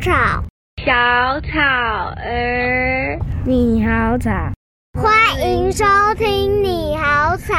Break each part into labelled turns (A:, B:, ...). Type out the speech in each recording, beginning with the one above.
A: 吵，
B: 小草儿，
C: 你好吵！
A: 欢迎收听《你好吵》。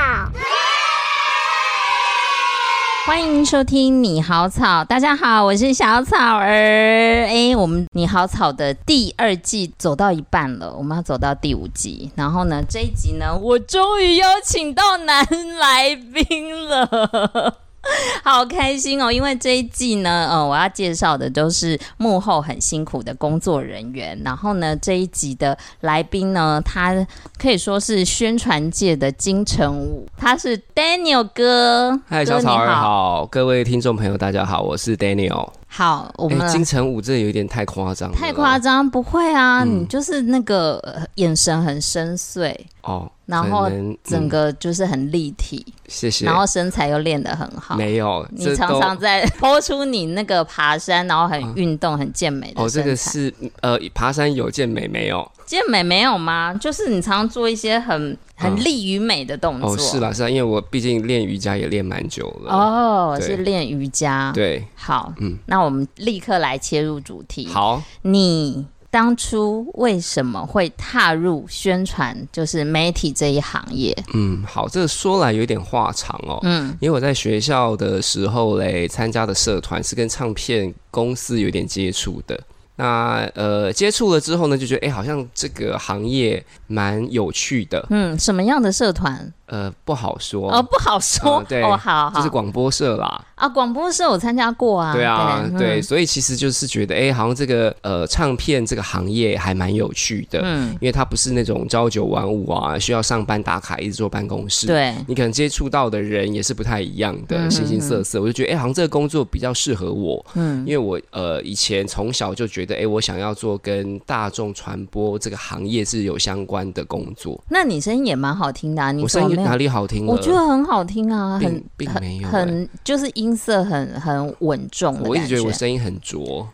D: 欢迎收听《你好草》，大家好，我是小草儿。哎，我们《你好草》的第二季走到一半了，我们要走到第五集。然后呢，这一集呢，我终于邀请到男来宾了。 好开心哦！因为这一季呢，呃，我要介绍的都是幕后很辛苦的工作人员。然后呢，这一集的来宾呢，他可以说是宣传界的金城武，他是 Daniel 哥。
E: 嗨，
D: 哥
E: 小草儿
D: 你好。
E: 好，各位听众朋友大家好，我是 Daniel。
D: 好，我们、
E: 哎，金城武这有点太夸张了啦，
D: 太夸张，不会啊，
E: 嗯
D: 你就是那个呃眼神很深邃，
E: 哦。
D: 然后
E: 可能
D: 整、
E: 嗯
D: 个就是很立体，
E: 谢谢，
D: 然后身材又练得很好。
E: 没有，
D: 你
E: 这
D: 常
E: 都啊
D: 常在 抛出你那个爬山，然后很运动、很健美的
E: 哦，这
D: 身
E: 个
D: 材。
E: 是呃，爬山有健美没有？
D: 健美没有吗？就是你常常做一些很很
E: 嗯
D: 利于美的动作。
E: 哦，是啦是啦，因为我毕竟练瑜伽也练蛮久了。
D: 哦，
E: 对
D: 是练瑜伽。，
E: 对，
D: 好，
E: 嗯
D: 那我们立刻来切入主题。
E: 好，
D: 你当初为什么会踏入宣传，就是媒体这一行业？
E: 嗯，好，这个说来有点话长哦。
D: 嗯，
E: 因为我在学校的时候嘞，参加的社团是跟唱片公司有点接触的。那呃，接触了之后呢，就觉得哎、诶好像这个行业蛮有趣的。
D: 嗯，什么样的社团？
E: 呃，不好说，
D: 哦，不好说。
E: 嗯对
D: 哦，好好。
E: 就是广播社啦。
D: 啊，广播社我参加过啊。
E: 对啊，
D: 对
E: 对，所以其实就是觉得哎、诶好像这个呃唱片这个行业还蛮有趣的。
D: 嗯，
E: 因为它不是那种朝九晚五啊，需要上班打卡，一直坐办公室。
D: 对，
E: 你可能接触到的人也是不太一样
D: 嗯
E: 的，形形色色。我就觉得，哎、好像这个工作比较适合我，
D: 嗯
E: 因为我呃以前从小就觉得，哎、我想要做跟大众传播这个行业是有相关的工作。
D: 那你声音也蛮好听的啊，你
E: 我
D: 怎么
E: 声音
D: 没有
E: 哪？里好听了？
D: 我觉得很好听啊，很
E: 并并没有、哎
D: 很就是音色很很稳重的
E: 我一直觉得我
D: 感嗯
E: 声音很浊。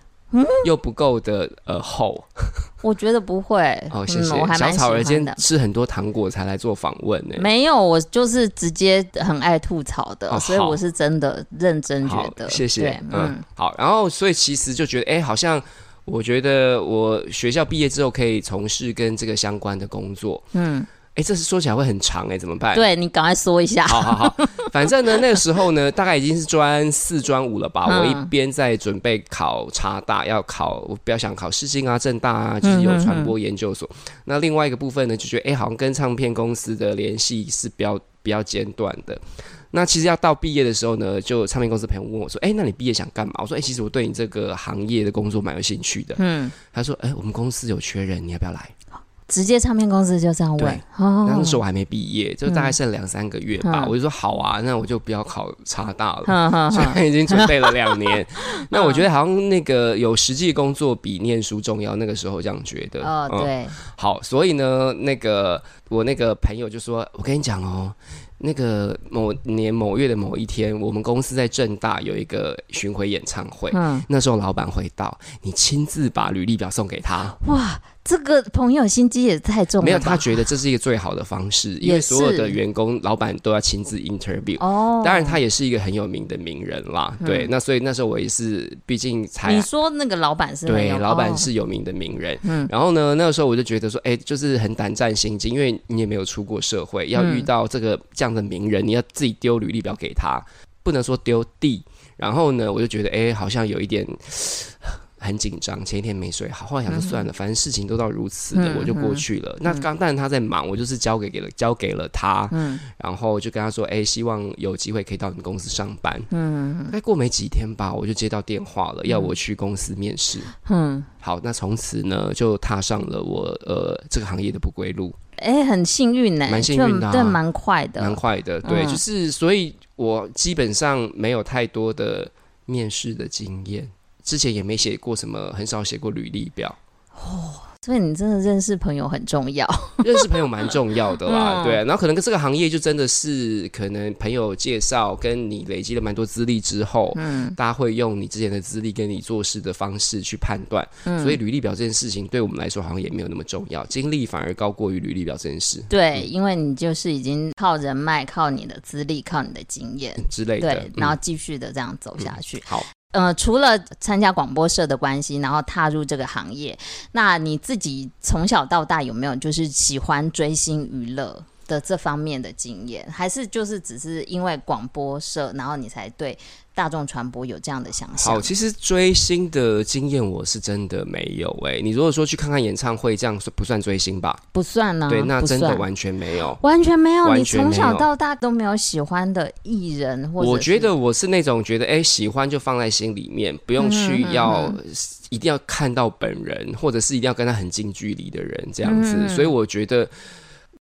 E: 又不够的呃厚
D: 我觉得不会。
E: 哦，谢谢、
D: 嗯嗯，我还
E: 小
D: 蛮喜
E: 草儿今
D: 欢
E: 天
D: 的。嗯
E: 吃很多糖果才来做访问呢、
D: 没有，我就是直接很爱吐槽的，
E: 哦
D: 所以
E: 好
D: 我是真的认真觉
E: 好，
D: 得。
E: 谢谢
D: 对，，
E: 嗯
D: 嗯，，
E: 好，然后所以其实就觉得，哎、好像我觉得我学校毕业之后可以从事跟这个相关的工作，
D: 嗯，
E: 哎、这是说起来会很长、哎，怎么办？，
D: 对你赶快说一下。
E: 好好好，反正呢，那个时候呢，大概已经是专四、专五了吧，
D: 嗯
E: 我一边在准备考差大，要考，我比较想考世新啊、正大啊，就是有
D: 嗯嗯嗯
E: 传播研究所。那另外一个部分呢，就觉得，哎、好像跟唱片公司的联系是比较比较间断的。那其实要到毕业的时候呢，就唱片公司朋友问我说：“哎、那你毕业想干嘛？”我说：“哎、其实我对你这个行业的工作蛮有兴趣的。
D: 嗯，
E: 他说：“哎、我们公司有缺人，你要不要来
D: 直接唱片公司就这样问
E: 对。
D: 哦
E: 那时候我还没毕业，就大概剩两三个月吧。
D: 嗯
E: 我就说：“好啊，那我就不要考差大 了。
D: 哼哼
E: 虽
D: 哼，
E: 然已经准备了 两年，那
D: 嗯
E: 我觉得好像那个有实际工作比念书重要。那个时候这样觉得。
D: 哦，
E: 嗯，
D: 对，
E: 好，所以呢，那个我那个朋友就说：“我跟你讲哦，那个某年某月的某一天，我们公司在正大有一个巡回演唱会。
D: 嗯，
E: 那时候老板会到，你亲自把履历表送给他。
D: 哇，这个朋友心机也太重了吧，
E: 没有，他觉得这是一个最好的方式，因
D: 也
E: 为
D: 是
E: 所有的员工老板都要亲自 interview。
D: 哦，嗯
E: 当然，他也是一个很有名的名人啦。对，那所以那时候我也是，毕竟才
D: 你说那个老板是没
E: 对，
D: 有
E: 老板
D: 哦
E: 是有名的名人。
D: 嗯
E: 然后呢，那个时候我就觉得说，哎、就是很胆战心惊，因为你也没有出过社会，要
D: 嗯
E: 遇到这个这样的名人，你要自己丢履历表给他，不能说丢地。然后呢，我就觉得，哎、好像有一点。 很紧张，前一天没睡好，后来想说算了，反正事情都到如此了，
D: 嗯
E: 我就过去了。那刚但他在忙，我就是交给给了交给了他，
D: 嗯
E: 然后就跟他说，哎、希望有机会可以到你们公司上班。
D: 嗯
E: 大概过没几天吧，我就接到电话了，要我去公司面试。
D: 嗯，
E: 好，那从此呢，就踏上了我呃这个行业的不归路，
D: 哎，很幸运呢，
E: 蛮幸运的啊
D: 就对，蛮快的，
E: 蛮快的。对，
D: 嗯
E: 就是所以，我基本上没有太多的面试的经验，之前也没写过什么，很少写过履历 表。
D: 所以你真的认识朋友很重要，
E: 认识朋友蛮重要的啦，
D: 嗯
E: 对、啊然后可能跟这个行业就真的是可能朋友介绍，跟你累积了蛮多资历之后，
D: 嗯
E: 大家会用你之前的资历跟你做事的方式去判断，
D: 嗯，
E: 所以履历表这件事情对我们来说好像也没有那么重要，经历反而高过于履历表这件事。
D: 对，因为你就是已经靠人脉、靠你的资历、靠你的经验，
E: 之类的。
D: 对，然
E: 嗯
D: 后继续的这样走下去。
E: 好，
D: 呃，除了参加广播社的关系，然后踏入这个行业，那你自己从小到大有没有就是喜欢追星娱乐的这方面的经验？还是就是只是因为广播社，然后你才对大众传播有这样的想
E: 好，
D: 象？
E: 其实追星的经验我是真的没有诶、你如果说去看看演唱会，这样算不算追星吧？
D: 不算呢、
E: 对，那
D: 嗯不
E: 真的
D: 算
E: 完全没有。
D: 完全没有，
E: 完
D: 你
E: 全没有
D: 从小到大都没有喜欢的艺人，或者
E: 我
D: 是
E: 觉得我是那种觉得，哎、喜欢就放在心里面，不用去要、
D: 嗯
E: 一定要看到本人，或者是一定要跟他很近距离的人这样
D: 嗯
E: 子。所以我觉得，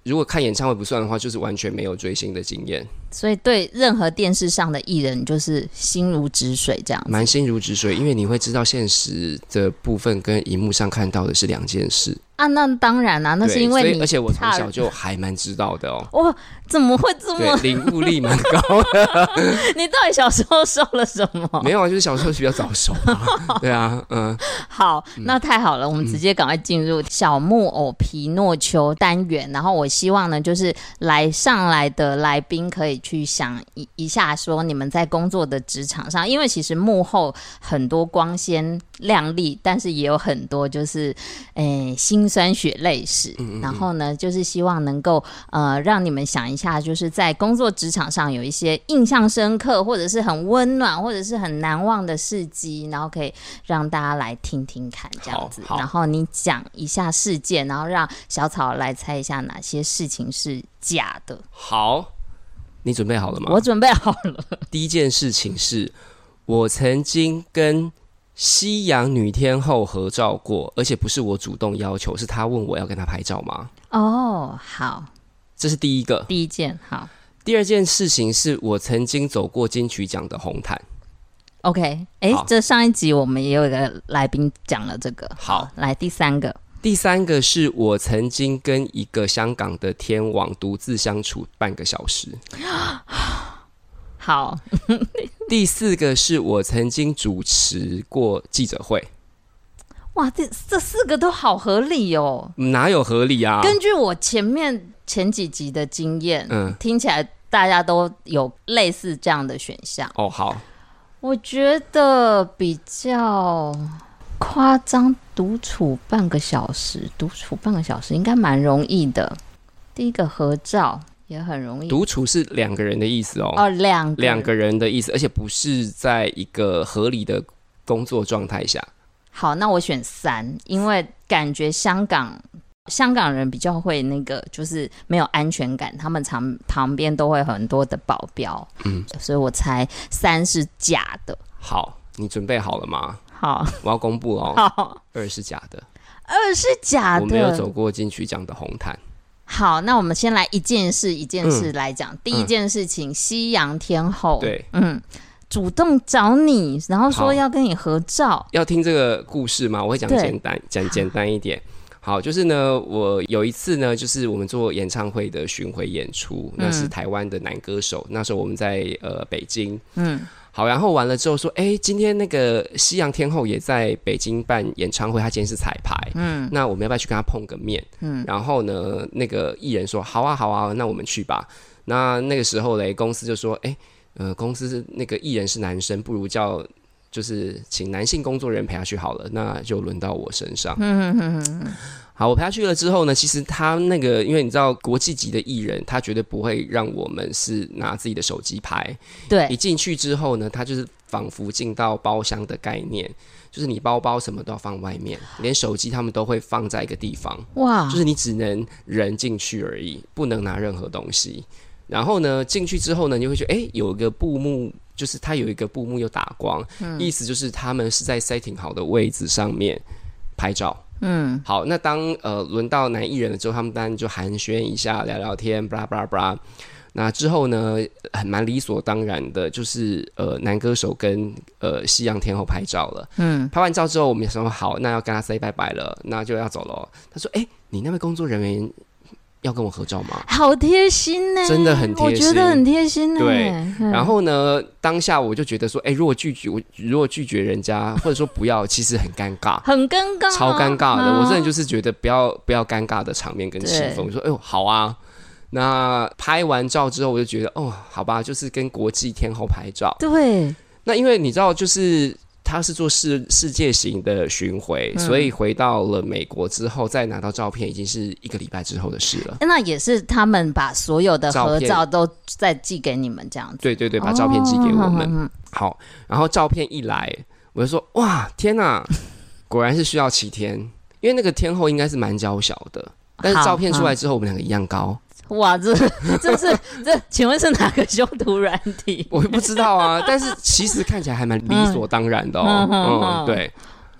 E: 如果看演唱会不算的话，就是完全没有追星的经验，
D: 所以对任何电视上的艺人就是心如止水这样子。
E: 蛮心如止水。因为你会知道现实的部分跟荧幕上看到的是两件事。
D: 啊，那当然啦、那
E: 对，
D: 是因
E: 所
D: 为
E: 以
D: 你
E: 而且我从
D: 踏
E: 小就还蛮知道的哦。
D: 哇、怎么会这
E: 对
D: 么？，
E: 领悟力蛮高的。
D: 你到底小时候受了什么？
E: 没有啊，就是小时候比较早熟啊。对啊，嗯，
D: 好，那太好了，我们直接赶快进入小木偶皮诺丘单元。然后我希望呢，就是来上来的来宾可以去想一一下，说你们在工作的职场上，因为其实幕后很多光鲜亮丽，但是也有很多就是诶辛酸血泪史。
E: 嗯
D: 然后呢，就是希望能够呃让你们想一下，就是在工作职场上有一些印象深刻，或者是很温暖，或者是很难忘的事迹，然后可以让大家来听听看这样子。
E: 好好
D: 然后你讲一下事件，然后让小草来猜一下哪些事情是假的。
E: 好，你准备好了吗？
D: 我准备好了，
E: 第一件事情是，我曾经跟西洋女天后合照过，而且不是我主动要求，是她问我要跟她拍照吗？
D: 哦，好，
E: 这是第一个。
D: 第一件好
E: 第二件事情是我曾经走过金曲奖的红毯。
D: ，OK，哎
E: 好，
D: 这上一集我们也有一个来宾讲了这个，
E: 好，
D: 来第三个，
E: 第三个是我曾经跟一个香港的天王独自相处半个小时。
D: 好，
E: 第四个是我曾经主持过记者会，
D: 哇，这这四个都好合理哦。
E: 哪有合理啊？
D: 根据我前面前几集的经验，
E: 嗯
D: 听起来大家都有类似这样的选项。
E: 哦，好，
D: 我觉得比较夸张，独处半个小时，独处半个小时应该蛮容易的。第一个合照也很容易，
E: 独处是两个人的意思哦。
D: 哦，两个
E: 两个人的意思，而且不是在一个合理的工作状态下。
D: 好，那我选三，因为感觉香港香港人比较会那个，就是没有安全感，他们常旁边都会很多的保镖，嗯，所以我猜三是假的。
E: 好，你准备好了吗？
D: 好，
E: 我要公布哦，
D: 好，
E: 二是假的，
D: 二是假的。
E: 我没有走过金曲奖的红毯。
D: 好，那我们先来一件事一件事来讲。第一
E: 嗯
D: 件事情，西洋天后，
E: 对，
D: 嗯，主动找你，然后说
E: 好
D: 要跟你合照。
E: 要听这个故事吗？我会讲
D: 对
E: 简单，讲简单一点。好，就是呢，我有一次呢，就是我们做演唱会的巡回演出，那是台湾的男歌手，那时候我们在呃北京，
D: 嗯，
E: 好，然后完了之后说，哎、今天那个西洋天后也在北京办演唱会，他今天是彩排，嗯，那我们要不要去跟他碰个面？嗯，然后呢，那个艺人说，好啊，好啊，那我们去吧。那那个时候嘞，公司就说，哎、呃，公司是那个艺人是男生，不如叫就是请男性工作人员陪他去好了，那就轮到我身上。嗯好，我陪他去了之后呢，其实他那个，因为你知道国际级的艺人，他绝对不会让我们是拿自己的手机拍，一
D: 对，
E: 进去之后呢，它就是仿佛进到包厢的概念，就是你包包什么都要放外面，连手机他们都会放在一个地方，
D: 哇，
E: 就是你只能人进去而已，不能拿任何东西。然后呢，进去之后呢，你就会觉得，哎，有一个布幕，就是它有一个布幕又打光，意思就是他们是在 setting 好的位置上面拍照。
D: 嗯，
E: 好，那当呃轮到男艺人了之后，他们当然就寒暄一下，聊聊天，布拉布拉布拉。那之后呢，很蛮理所当然的，就是呃男歌手跟呃西洋天后拍照了。嗯，拍完照之后，我们想说好，那要跟他 say 拜拜了，那就要走了。他说：“哎、你那位工作人员要跟我合照吗？”
D: 好贴心呢、
E: 真的很贴心
D: 我觉得很贴心呢、
E: 对
D: 嗯
E: 然后呢，当下我就觉得说，哎、如果拒绝我，如果拒绝人家，或者说不 要，其实很尴尬。
D: 很尴尬啊，
E: 超尴尬的。
D: 嗯
E: 我真的就是觉得不要不要尴尬的场面跟气氛。
D: 对
E: 我说，哎呦，好啊。那拍完照之后，我就觉得，哦，好吧，就是跟国际天后拍照。
D: 对，
E: 那因为你知道，就是他是做世世界型的巡回，
D: 嗯
E: 所以回到了美国之后，再拿到照片已经是一个礼拜之后的事了。
D: 那也是他们把所有的合
E: 照片
D: 照都再寄给你们这样子，
E: 对对对，把照片寄给我们。
D: 哦嗯
E: 好，然后照片一来，我就说哇，天哪， 果然是需要七天，因为那个天后应该是蛮娇小的，但是
D: 好
E: 照片出来之后，我们两个一样高，
D: 哇，这这是 这，请问是哪个修图软 体？
E: 我也不知道啊，但是其实看起来还蛮理所当然的 哦
D: 嗯，嗯
E: 嗯，
D: 嗯
E: 对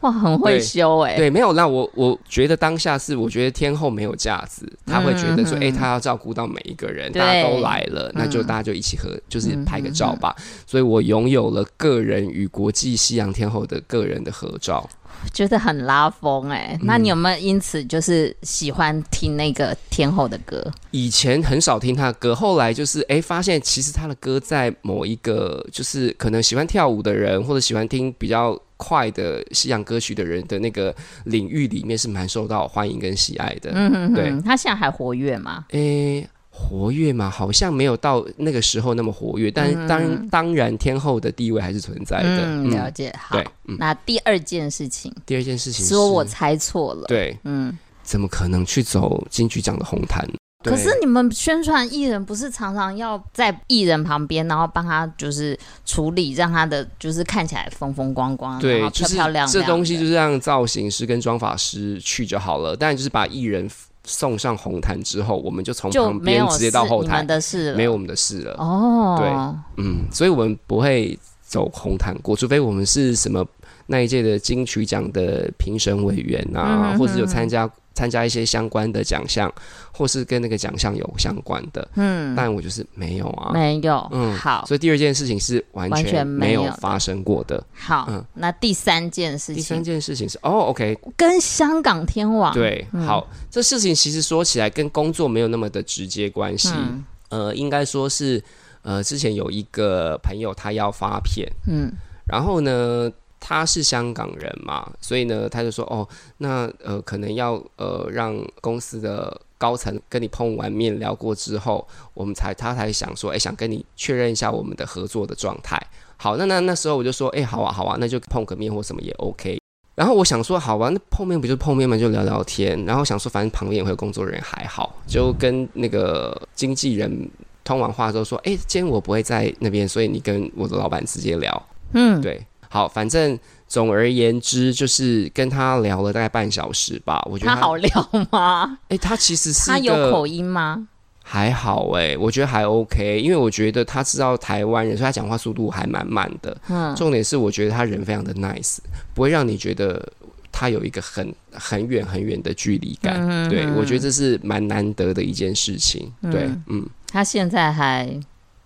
D: 哇，很会修哎、
E: 对，没有，那我我觉得当下是，我觉得天后没有架子，他会觉得说，
D: 嗯嗯
E: 哎，他要照顾到每一个人，
D: 对
E: 大家都来了，那就
D: 嗯
E: 大家就一起合，就是拍个照吧，所以我拥有了个人与国际西洋天后的个人的合照。
D: 觉得很拉风哎、
E: 嗯
D: 那你有没有因此就是喜欢听那个天后的歌？
E: 以前很少听他的歌，后来就是哎、诶发现其实他的歌在某一个就是可能喜欢跳舞的人，或者喜欢听比较快的西洋歌曲的人的那个领域里面是蛮受到欢迎跟喜爱的。
D: 嗯哼
E: 对
D: 哼，他现在还活跃吗？
E: 诶、活跃嘛，好像没有到那个时候那么活跃，但当、当然天后的地位还是存在的。
D: 嗯，了解。好
E: 对，，嗯。
D: 那第二件事情，
E: 第二件事情是，
D: 说我猜错了。
E: 对，
D: 嗯，
E: 怎么可能去走金曲奖的红毯？对
D: 可是你们宣传艺人不是常常要在艺人旁边，然后帮他就是处理，让他的就是看起来风风光光，然
E: 对，
D: 后
E: 就
D: 漂
E: 是
D: 漂亮亮的。
E: 这东西就是让造型师跟妆发师去就好了。但就是把艺人送上红毯之后，我们就从
D: 就
E: 旁
D: 没有
E: 边直接到
D: 是
E: 后
D: 你
E: 台
D: 们，的事了，
E: 没有我们的事了。
D: 哦，
E: 嗯，所以我们不会走红毯过，除非我们是什么那一届的金曲奖的评审委员啊，或者有参加参加一些相关的奖项，或是跟那个奖项有相关的。嗯，但我就是没有啊。
D: 没有。
E: 嗯
D: 好
E: 所以第二件事情是完
D: 完
E: 全
D: 全
E: 没
D: 没有
E: 有
D: 的
E: 发生过的。
D: 好
E: 嗯，
D: 那第三件事
E: 第三
D: 情
E: 件事情是哦，OK，
D: 跟香港天王嗯
E: 对，好，这事情其实说起来跟工作没有那么的直接关系，
D: 嗯
E: 呃，应该说是，呃，之前有一个朋友他要发片，
D: 嗯，
E: 然后呢，他是香港人嘛，所以呢，他就说，哦，那呃，可能要呃让公司的高层跟你碰完面聊过之后，我们才他才想说，哎、想跟你确认一下我们的合作的状态。好，那那那时候我就说，哎、好啊，好啊，那就碰个面或什么也 OK。然后我想说，好吧，那碰面不就碰面嘛，就聊聊天。然后想说，反正旁边也会有工作人员，还好，就跟那个经纪人通完话之后说，哎、今天我不会在那边，所以你跟我的老板直接聊。
D: 嗯，
E: 对，好，反正总而言之，就是跟他聊了大概半小时吧。我觉得
D: 他好聊吗？
E: 哎、他其实是
D: 他
E: 一
D: 有
E: 个
D: 口音吗？
E: 还好哎、我觉得还 OK，因为我觉得他知道台湾人，所以他讲话速度还蛮慢的。
D: 嗯
E: 重点是我觉得他人非常的 nice，不会让你觉得他有一个很很远很远的距离感。
D: 嗯
E: 哎对我觉得这是蛮难得的一件事情。对，嗯，
D: 他现在还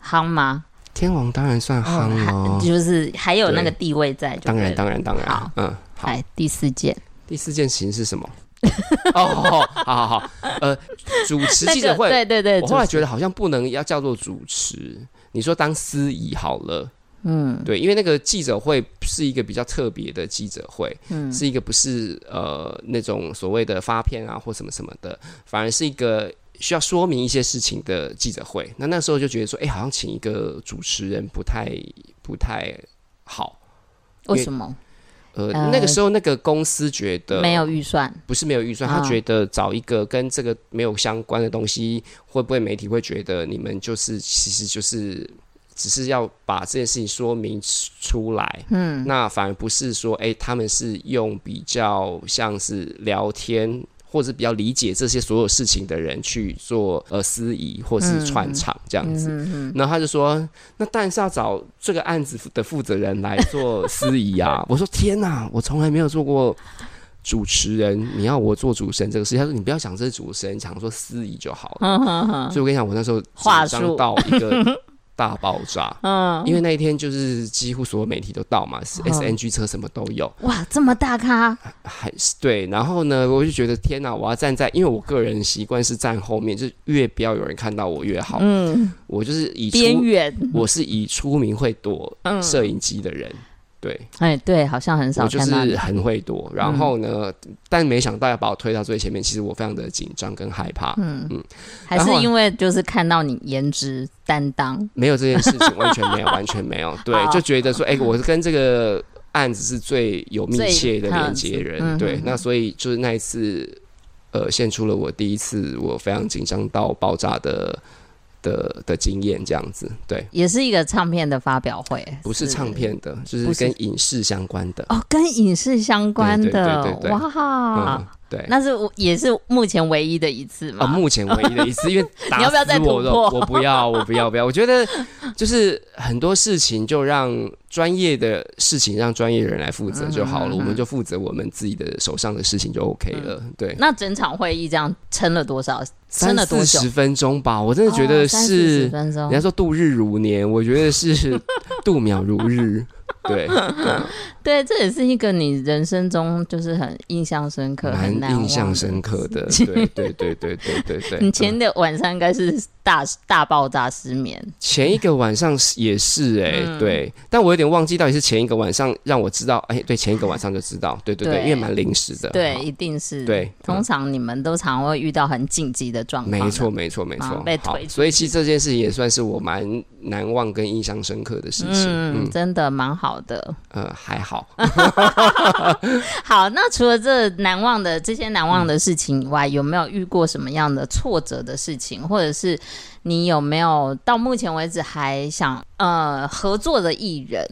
D: 夯吗？
E: 天王当然算夯哦，
D: 就是嗯还有那个
E: 对
D: 地位在就
E: 当
D: 对
E: 然
D: 了，
E: 当然当然
D: 好，
E: 嗯，好。
D: 哎，第四件，
E: 第四件事情是 什么？哦，好好好，呃，主持记者
D: 那个
E: 会，
D: 对对对，
E: 我后来
D: 主持
E: 觉得好像不能要叫做主持，你说当司仪好了，
D: 嗯
E: 对，因为那个记者会是一个比较特别的记者会，
D: 嗯
E: 是一个不是呃那种所谓的发片啊或什么什么的，反而是一个。需要说明一些事情的记者会，那那时候就觉得说，哎、好像请一个主持人不太不太好。
D: 为什么
E: 呃，
D: 呃
E: 那个时候那个公司觉得
D: 没有预算？
E: 不是没有预算，他
D: 啊
E: 觉得找一个跟这个没有相关的东西，会不会媒体会觉得你们就是其实就是只是要把这件事情说明出来？嗯，那反而不是说，哎、他们是用比较像是聊天。或者是比较理解这些所有事情的人去做呃司仪或是串场这
D: 嗯
E: 样子，然后他就说，那当然是要找这个案子的负责人来做司仪啊。 我说天哪，我从来没有做过主持人，你要我做主持人这个事，他说你不要想这是主持人，想说司仪就好了。
D: 嗯哼哼，
E: 所以我跟你讲，我那时候
D: 话
E: 紧张
D: 术
E: 到一个大爆炸，
D: 嗯，
E: 因为那一天就是几乎所有媒体都到嘛是
D: 嗯
E: ，SNG 车什么都有，
D: 哇，这么大咖，
E: 还是对。然后呢，我就觉得天哪，我要站在，因为我个人习惯是站后面，就是越不要有人看到我越好。
D: 嗯，
E: 我就是以
D: 边
E: 出，
D: 缘，嗯
E: 我是以出名会躲摄影机的人。对，
D: 哎，对，好像很少
E: 我就
D: 看到
E: 是
D: 你。嗯
E: 很会躲。然后呢，但没想到要把我推到最前面，其实我非常的紧张跟害怕。
D: 嗯还
E: 然
D: 是
E: 后啊
D: 因为就是看到你颜值担当，
E: 没有这件事情，完全没有，完全 没有。对，就觉得说，哎、我是跟这个案子是最有密切的连接
D: 最
E: 人。
D: 嗯
E: 对
D: 嗯，
E: 那所以就是那一次，呃，献出了我第一次我非常紧张到爆炸的的的经验，这样子。对，
D: 也是一个唱片的发表会，
E: 不是唱片的，就
D: 不
E: 是
D: 是
E: 跟影视相关的。
D: 哦，跟影视相关的，
E: 对对对对对
D: 哇！
E: 嗯，对。
D: 那是我也是目前唯一的一次
E: 啊，
D: 嘛。
E: 目前唯一的一次，因为打
D: 你要不要再
E: 死我
D: 突
E: 的
D: 破
E: 我不要，我不要，不要。我觉得就是很多事情就让专业的事情让专业人来负责就
D: 嗯
E: 好了，我们就负责我们自己的手上的事情就 OK 了。对，
D: 那整场会议这样撑了多少？撑
E: 三
D: 了多
E: 四
D: 久？
E: 十分钟吧，我真的觉得
D: 哦三四十
E: 是，
D: 分钟
E: 人家。说度日如年，我觉得是度秒如日。 对，
D: 对，这也是一个你人生中就是很印象深刻、
E: 蛮
D: 很难忘
E: 印象
D: 的
E: 深刻的。对对对对对对对。
D: 你前的晚上应该是大大爆炸失眠，
E: 前一个晚上是也是哎、
D: 嗯
E: 对，但我有点忘记到底是前一个晚上让我知道，哎、对，前一个晚上就知道，对对对，
D: 对
E: 因为蛮临时的，
D: 对，
E: 好
D: 一定是。
E: 对嗯
D: 通常你们都常会遇到很紧急的状况。
E: 没错，没错没错，
D: 啊被
E: 好
D: 推出，去
E: 所以其实这件事也算是我蛮难忘跟印象深刻的事情，
D: 嗯，
E: 嗯
D: 真的蛮好的。
E: 呃还好，
D: 好，那除了这难忘的这些难忘的事情以外，有没有遇过什么样的挫折的事情，或者是你有没有到目前为止还想呃合作的艺人，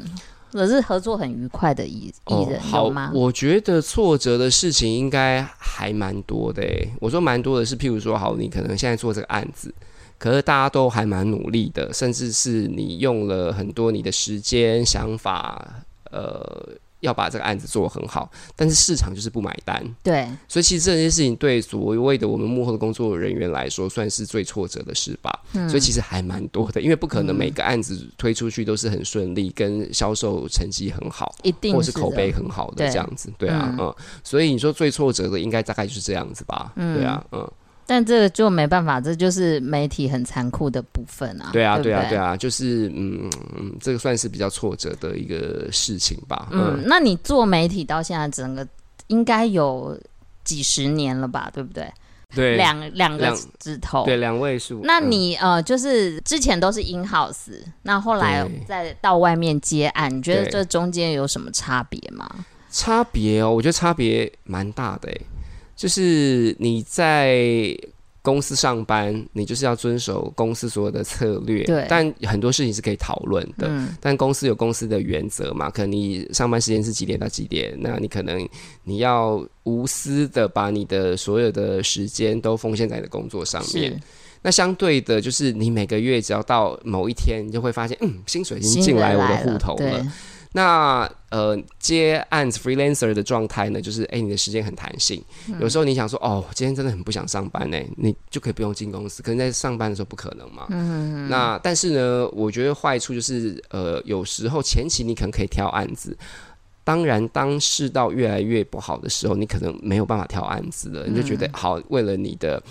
D: 或者是合作很愉快的艺艺人、有
E: 哦好
D: 吗，？
E: 我觉得挫折的事情应该还蛮多的诶。我说蛮多的是，譬如说，好，你可能现在做这个案子，可是大家都还蛮努力的，甚至是你用了很多你的时间、想法，呃，要把这个案子做得很好，但是市场就是不买单。
D: 对，
E: 所以其实这件事情对所谓的我们幕后的工作人员来说，算是最挫折的事吧。
D: 嗯
E: 所以其实还蛮多的，因为不可能每个案子推出去都是很顺利，跟销售成绩很好。
D: 一定
E: 或
D: 是
E: 是口
D: 的
E: 碑很好的
D: 对
E: 这样子，对啊，嗯，所以你说最挫折的应该大概就是这样子吧，对啊，嗯，
D: 但这个就没办法，这就是媒体很残酷的部分啊。
E: 对啊，
D: 不
E: 对
D: 对
E: 啊，对。啊，就是嗯嗯，这个算是比较挫折的一个事情吧，
D: 嗯
E: 嗯，，
D: 那你做媒体到现在，整个应该有几十年了吧，对不对？
E: 对，
D: 两两个
E: 两
D: 指头。
E: 对两位数，
D: 那
E: 嗯
D: 你、呃，就是之前都是 in house，那后来
E: 对
D: 再到外面接案，你觉得
E: 对
D: 这中间有什么差别吗？
E: 差别哦，我觉得差别蛮大的诶，就是你在公司上班，你就是要遵守公司所有的策略，
D: 对
E: 但很多事情是可以讨论的，
D: 嗯，
E: 但公司有公司的原则嘛，可能你上班时间是几点到几点，那你可能你要无私的把你的所有的时间都奉献在你的工作上面
D: 是。
E: 那相对的，就是你每个月只要到某一天，你就会发现，嗯，薪水已经
D: 新
E: 进
D: 人
E: 来我的
D: 来
E: 户头
D: 对
E: 了。，那呃，接案子 freelancer 的状态呢，就是哎、你的时间很弹性。有时候你想说，哦，今天真的很不想上班呢、欸你就可以不用进公司。可能在上班的时候不可能嘛。嗯。那但是呢，我觉得坏处就是，呃，有时候前期你可能可以挑案子。当然，当世道越来越不好的时候，你可能没有办法挑案子了，你就觉得好，为了你的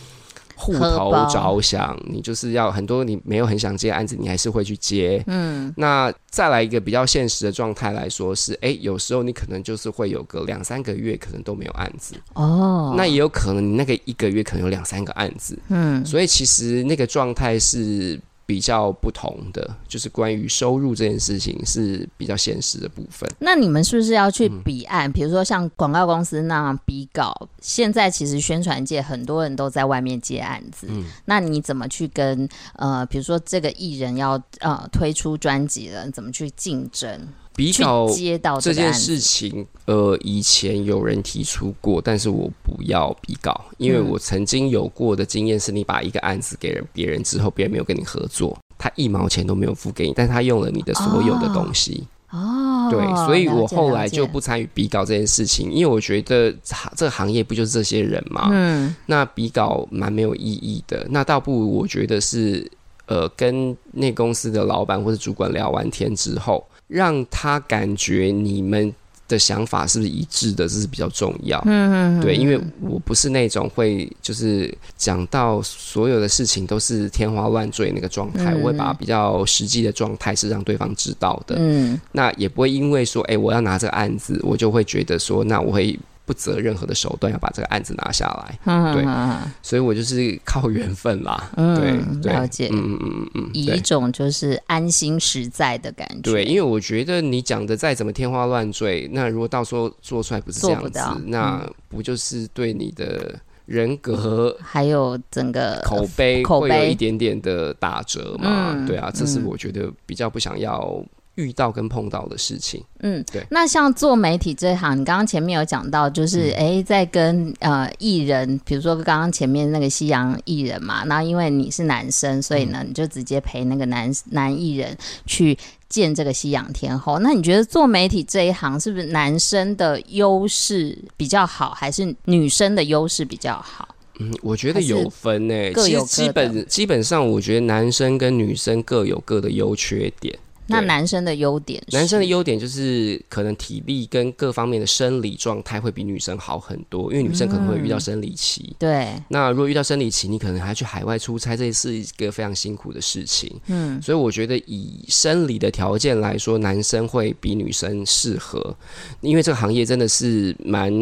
E: 户
D: 荷
E: 头
D: 包
E: 着想，你就是要很多你没有很想接的案子，你还是会去接。嗯，那再来一个比较现实的状态来说是，哎、有时候你可能就是会有个两三个月可能都没有案子，
D: 哦，
E: 那也有可能你那个一个月可能有两三个案子，
D: 嗯，
E: 所以其实那个状态是。比较不同的就是关于收入这件事情是比较现实的部分。
D: 那你们是不是要去
E: 嗯
D: 比案？比如说像广告公司那样比稿，现在其实宣传界很多人都在外面接案子，
E: 嗯
D: 那你怎么去跟呃，比如说这个艺人要呃推出专辑了，你怎么去竞争？
E: 比
D: 去
E: 较
D: 接到
E: 这
D: 个案
E: 件
D: 子
E: 事情，呃，以前有人提出过，但是我不要比稿，因
D: 嗯
E: 为我曾经有过的经验是，你把一个案子给人别人之后，别人没有跟你合作，他一毛钱都没有付给你，但他用了你的所有的东西。
D: 哦，
E: 对，所以我
D: 了解
E: 后
D: 了
E: 来
D: 解
E: 就不参与比稿这件事情，因为我觉得这个行业不就是这些人嘛，
D: 嗯
E: 那比稿蛮没有意义的。那倒不如我觉得是，呃，跟那公司的老板或者主管聊完天之后，让他感觉你们的想法是不是一致的，这是比较重要。
D: 嗯，嗯
E: 对，，因为我不是那种会就是讲到所有的事情都是天花乱坠那个状态，
D: 嗯
E: 我会把比较实际的状态是让对方知道的。
D: 嗯
E: 那也不会因为说，哎、我要拿这个案子，我就会觉得说，那我会不择任何的手段要把这个案子拿下来。
D: 嗯，
E: 对
D: 嗯
E: 所以我就是靠缘分啦。
D: 嗯，
E: 对对，
D: 了解，
E: 嗯嗯嗯嗯嗯，
D: 以一
E: 对。
D: 种就是安心实在的感觉，
E: 对，因为我觉得你讲的再怎么天花乱坠，那如果到时候做出来不是这
D: 做
E: 样
D: 不
E: 子
D: 到，嗯
E: 那不就是对你的人格
D: 还有整个
E: 口碑
D: 呃口
E: 会有
D: 碑
E: 一点点的打折嘛？
D: 嗯
E: 对啊，这是
D: 嗯
E: 我觉得比较不想要遇到跟碰到的事情。
D: 嗯，
E: 对
D: 那像做媒体这一行，你刚刚前面有讲到，就是
E: 嗯
D: 哎、诶在跟呃艺人，比如说刚刚前面那个西洋艺人嘛，然后因为你是男生，所以
E: 嗯
D: 呢，你就直接陪那个男男艺人去见这个西洋天后。那你觉得做媒体这一行是不是男生的优势比较好，还是女生的优势比较好？
E: 嗯，我觉得
D: 还是
E: 有分呢、
D: 各
E: 其
D: 有
E: 实
D: 各
E: 基
D: 的
E: 本基本上，我觉得男生跟女生各有各的优缺点。
D: 那
E: 对
D: 男生的优点是，
E: 男生的优点就是可能体力跟各方面的生理状态会比女生好很多，因为女生可能会遇到
D: 嗯
E: 生理期。
D: 对，
E: 那如果遇到生理期，你可能还去海外出差，这是一个非常辛苦的事情。嗯，所以我觉得以生理的条件来说，男生会比女生适合，因为这个行业真的是蛮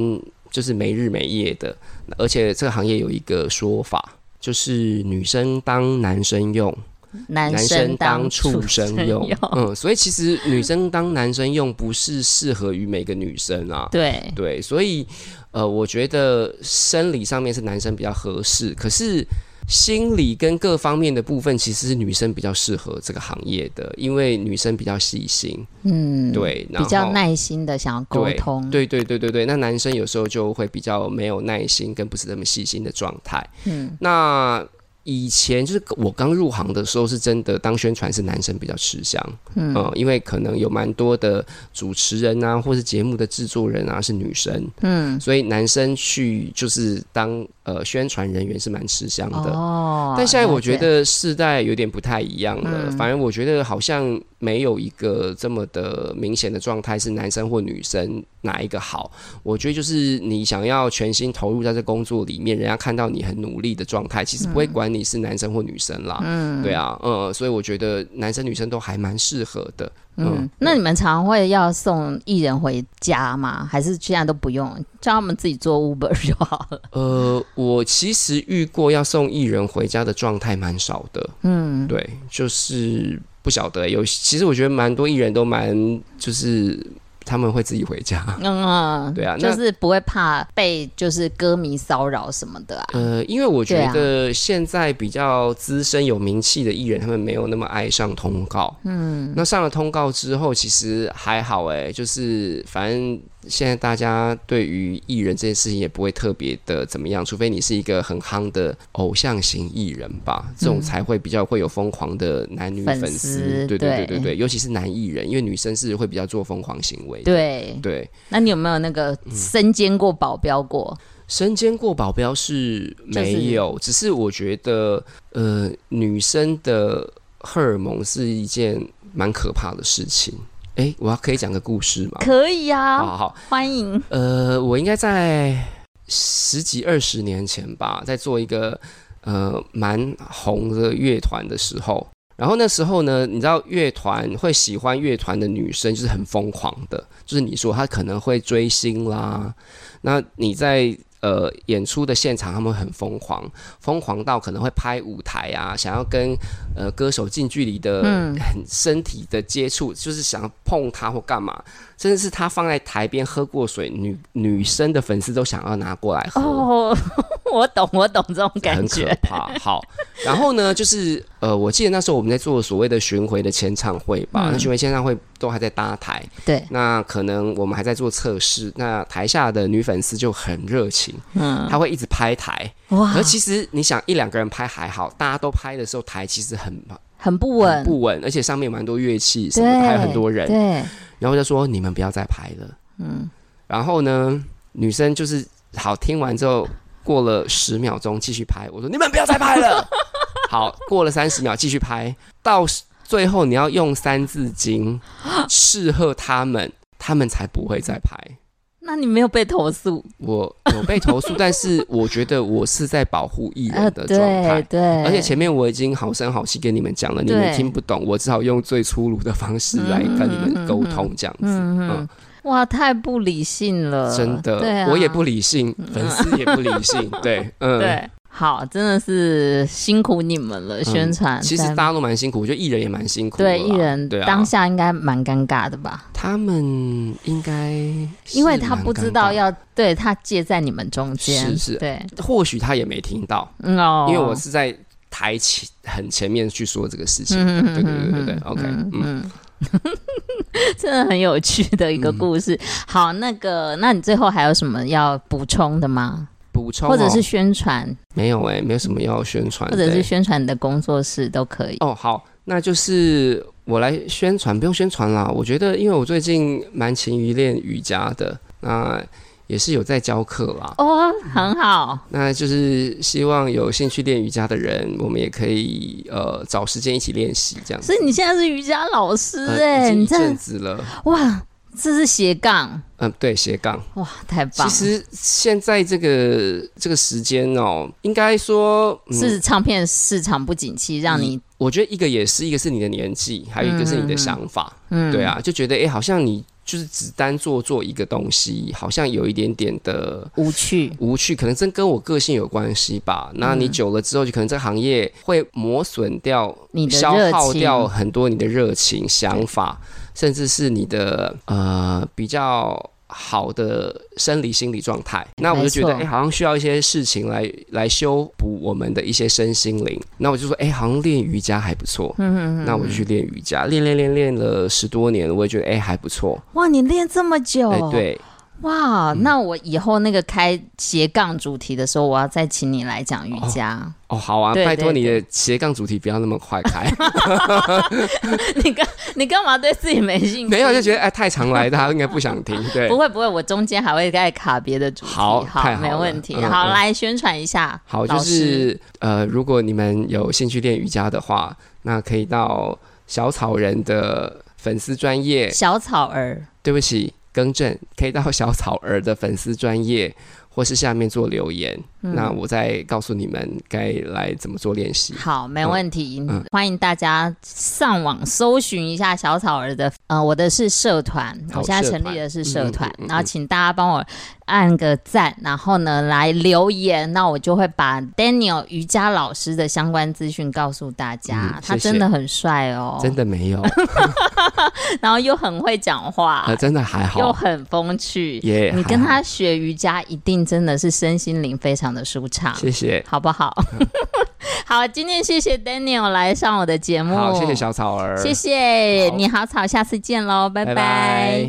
E: 就是没日没夜的，而且这个行业有一个说法，就是女生当男生用，
D: 嗯男
E: 男生当畜
D: 畜
E: 生用。嗯，所以其实女生当男生用不是适合于每个女生 啊。
D: 对，
E: 对，所以呃，我觉得生理上面是男生比较合适，可是心理跟各方面的部分其实是女生比较适合这个行业的，因为女生比较细心，
D: 嗯，，
E: 对，然
D: 比
E: 后
D: 较耐心的想要沟
E: 对
D: 通，
E: 对对对对对，那男生有时候就会比较没有耐心，跟不是那么细心的状态。
D: 嗯，
E: 那以前就是我刚入行的时候，是真的当宣传是男生比较吃香，嗯、因为可能有蛮多的主持人啊，或是节目的制作人啊是女生，
D: 嗯，
E: 所以男生去就是当呃宣传人员是蛮吃香的。
D: 哦，
E: 但现在我
D: 了解嗯
E: 觉得世代有点不太一样了，反正我觉得好像没有一个这么的明显的状态是男生或女生哪一个好。我觉得就是你想要全心投入在这工作里面，人家看到你很努力的状态，其实
D: 嗯
E: 不会管你是男生或女生啦。嗯，对啊，嗯，所以我觉得男生女生都还蛮适合的。
D: 嗯，那你们常会要送艺人回家吗？还是现在都不用，叫他们自己做 Uber 就好 了？
E: 呃，我其实遇过要送艺人回家的状态蛮少的。
D: 嗯，
E: 对，就是不晓得有，其实我觉得蛮多艺人都蛮就是他们会自己回家。
D: 嗯啊，
E: 对啊那
D: 就是不会怕被就是歌迷骚扰什么的啊。
E: 呃，因为我觉
D: 对啊
E: 得现在比较资深有名气的艺人，他们没有那么爱上通告。嗯，那上了通告之后，其实还好哎、就是反正现在大家对于艺人这件事情也不会特别的怎么样，除非你是一个很夯的偶像型艺人吧，这种才会比较会有疯狂的男女
D: 嗯粉
E: 粉丝。
D: 丝
E: 对对对
D: 对
E: 对对，尤其是男艺人，因为女生是会比较做疯狂行为的。
D: 对，
E: 对，嗯
D: 那你有没有那个身兼过保镖过？
E: 身兼过保镖是
D: 就是
E: 没有，只是我觉得，呃，女生的荷尔蒙是一件蛮可怕的事情。哎、我要可以讲个故事吗？
D: 可以啊，
E: 好好好，
D: 欢迎。
E: 呃，我应该在十几二十年前吧，在做一个呃蛮红的乐团的时候，然后那时候呢，你知道乐团会喜欢乐团的女生就是很疯狂的，就是你说她可能会追星啦，那你在。呃，演出的现场他们会很疯狂，疯狂到可能会拍舞台啊，想要跟呃歌手近距离的、
D: 嗯
E: 很身体的接触，就是想要碰他或干嘛，甚至是他放在台边喝过水，女女生的粉丝都想要拿过来喝。
D: 哦， 我懂，我懂这种感
E: 很可
D: 觉。
E: 怕。好，然后呢，就是呃，我记得那时候我们在做所谓的巡回的签唱会吧，
D: 嗯
E: 那巡回签唱会都还在搭台，
D: 对，
E: 那可能我们还在做测试，那台下的女粉丝就很热情，
D: 嗯，啊
E: 她会一直拍台。
D: 哇
E: 可，其实你想一两个人拍还好，大家都拍的时候台其实很
D: 很不
E: 很
D: 稳，
E: 不稳，而且上面有蛮多乐器什么
D: 对，
E: 的，还有很多人。
D: 对，
E: 然后就说你们不要再拍了。嗯，然后呢，女生就是好听完之后，过了十秒钟继续拍，我说你们不要再 拍了。好，过了三十秒继续拍，到最后你要用三字经斥喝他们。他们才不会再拍。
D: 那你没有被投诉？
E: 我有被投诉，但是我觉得我是在保护艺人的状态
D: 呃对。对，
E: 而且前面我已经好声好气跟你们讲了，你们
D: 对
E: 听不懂，我只好用最粗鲁的方式来跟你们沟通，这样子。
D: 嗯
E: 嗯
D: 嗯，哇，太不理性了，
E: 真的，
D: 对啊
E: 我也不理性，粉丝也不理 性，对，嗯，
D: 对。好，真的是辛苦你们了，宣传。
E: 其实
D: 但
E: 大家都蛮辛苦，我觉得艺人也蛮辛苦的啦。
D: 对艺人
E: 对啊，
D: 当下应该蛮尴尬的吧，
E: 他们应该是
D: 因为他不知道
E: 蛮尴尬
D: 要对他介在你们中间，
E: 是是
D: 对，
E: 的，或许他也没听到，
D: 嗯哦，
E: 因为我是在台前很前面去说这个事情。
D: 嗯，嗯
E: 对对对对对
D: 嗯
E: ，OK，
D: 嗯
E: 嗯
D: 嗯，真的很有趣的一个故事。好，那个，那你最后还有什么要补充的吗？
E: 补充哦、
D: 或者是宣传，
E: 没有哎、没有什么要宣传
D: 或
E: 的欸，
D: 者是宣传你的工作室都可以。
E: 哦，好，那就是我来宣传，不用宣传啦。我觉得，因为我最近蛮勤于练瑜伽的，那也是有在教课啦。
D: 哦，很好，
E: 那就是希望有兴趣练瑜伽的人，我们也可以呃找时间一起练习这样子。
D: 所以你现在是瑜伽老师哎、
E: 呃、已经
D: 你
E: 一
D: 这
E: 阵
D: 样
E: 子了，
D: 哇，这是斜杠
E: 嗯、对，斜杠。
D: 哇，太棒
E: 其
D: 了！
E: 实现在这个这个时间哦，应该说、嗯、
D: 是唱片市场不景气，让你
E: 我觉得一个也是，一个是你的年纪，还有一个是你的想法，
D: 嗯
E: 对啊，就觉得诶，好像你就是只单做做一个东西，好像有一点点的
D: 无趣。
E: 无趣，可能真跟我个性有关系吧。那
D: 嗯
E: 你久了之后，就可能这个行业会磨损掉、
D: 你的
E: 消
D: 热
E: 耗
D: 情
E: 掉很多你的热情、想法，甚至是你的呃比较。好的生理心理状态，那我就觉得，
D: 没
E: 哎、
D: 错
E: 好像需要一些事情来来修补我们的一些身心灵。那我就说，哎、好像练瑜伽还不错，
D: 嗯嗯嗯，
E: 那我就去练瑜伽，练练练练了十多年，我也觉得哎、还不错，
D: 哇，你练这么久，
E: 哎、对，
D: 哇，那我以后那个开斜杠主题的时候，我要再请你来讲瑜伽。
E: 哦好啊，
D: 对
E: 拜托
D: 对
E: 你的斜杠主题不要那么快开，
D: 你干你干嘛对自己没兴趣？
E: 没有就觉得哎、太常来，大家应该不想听，对
D: 不，会不会，我中间还会再卡别的主题。
E: 好太好
D: 没
E: 了
D: 问题。
E: 嗯
D: 好，
E: 嗯
D: 来宣传一下。
E: 好就
D: 老师
E: 是呃，如果你们有兴趣练瑜伽的话，那可以到小草人的粉丝专业，
D: 小草儿。
E: 对不起，更正，可以到小草儿的粉丝专业。或是下面做留言，
D: 嗯
E: 那我再告诉你们该来怎么做练习。
D: 好，没问题。
E: 嗯
D: 欢迎大家上网搜寻一下小草儿的，呃，我的是社团，
E: 好
D: 我现在
E: 社
D: 成
E: 团
D: 立的是社团，
E: 嗯嗯嗯嗯
D: 然后请大家帮我按个赞，然后呢来留言，那我就会把 Daniel 瑜伽老师的相关资讯告诉大家。
E: 嗯
D: 他
E: 谢谢
D: 真的很帅哦，
E: 真的没有，
D: 然后又很会讲话。
E: 呃，真的还
D: 又
E: 好，
D: 很风趣
E: 也
D: 你
E: 还
D: 跟
E: 好
D: 他学瑜伽，一定真的是身心灵非常的舒畅。
E: 谢谢。
D: 好不好？ 好，今天谢谢 Daniel 来上我的节目，
E: 好，谢谢小草儿，
D: 谢谢
E: 好
D: 你好草，下次见喽，拜
E: 拜拜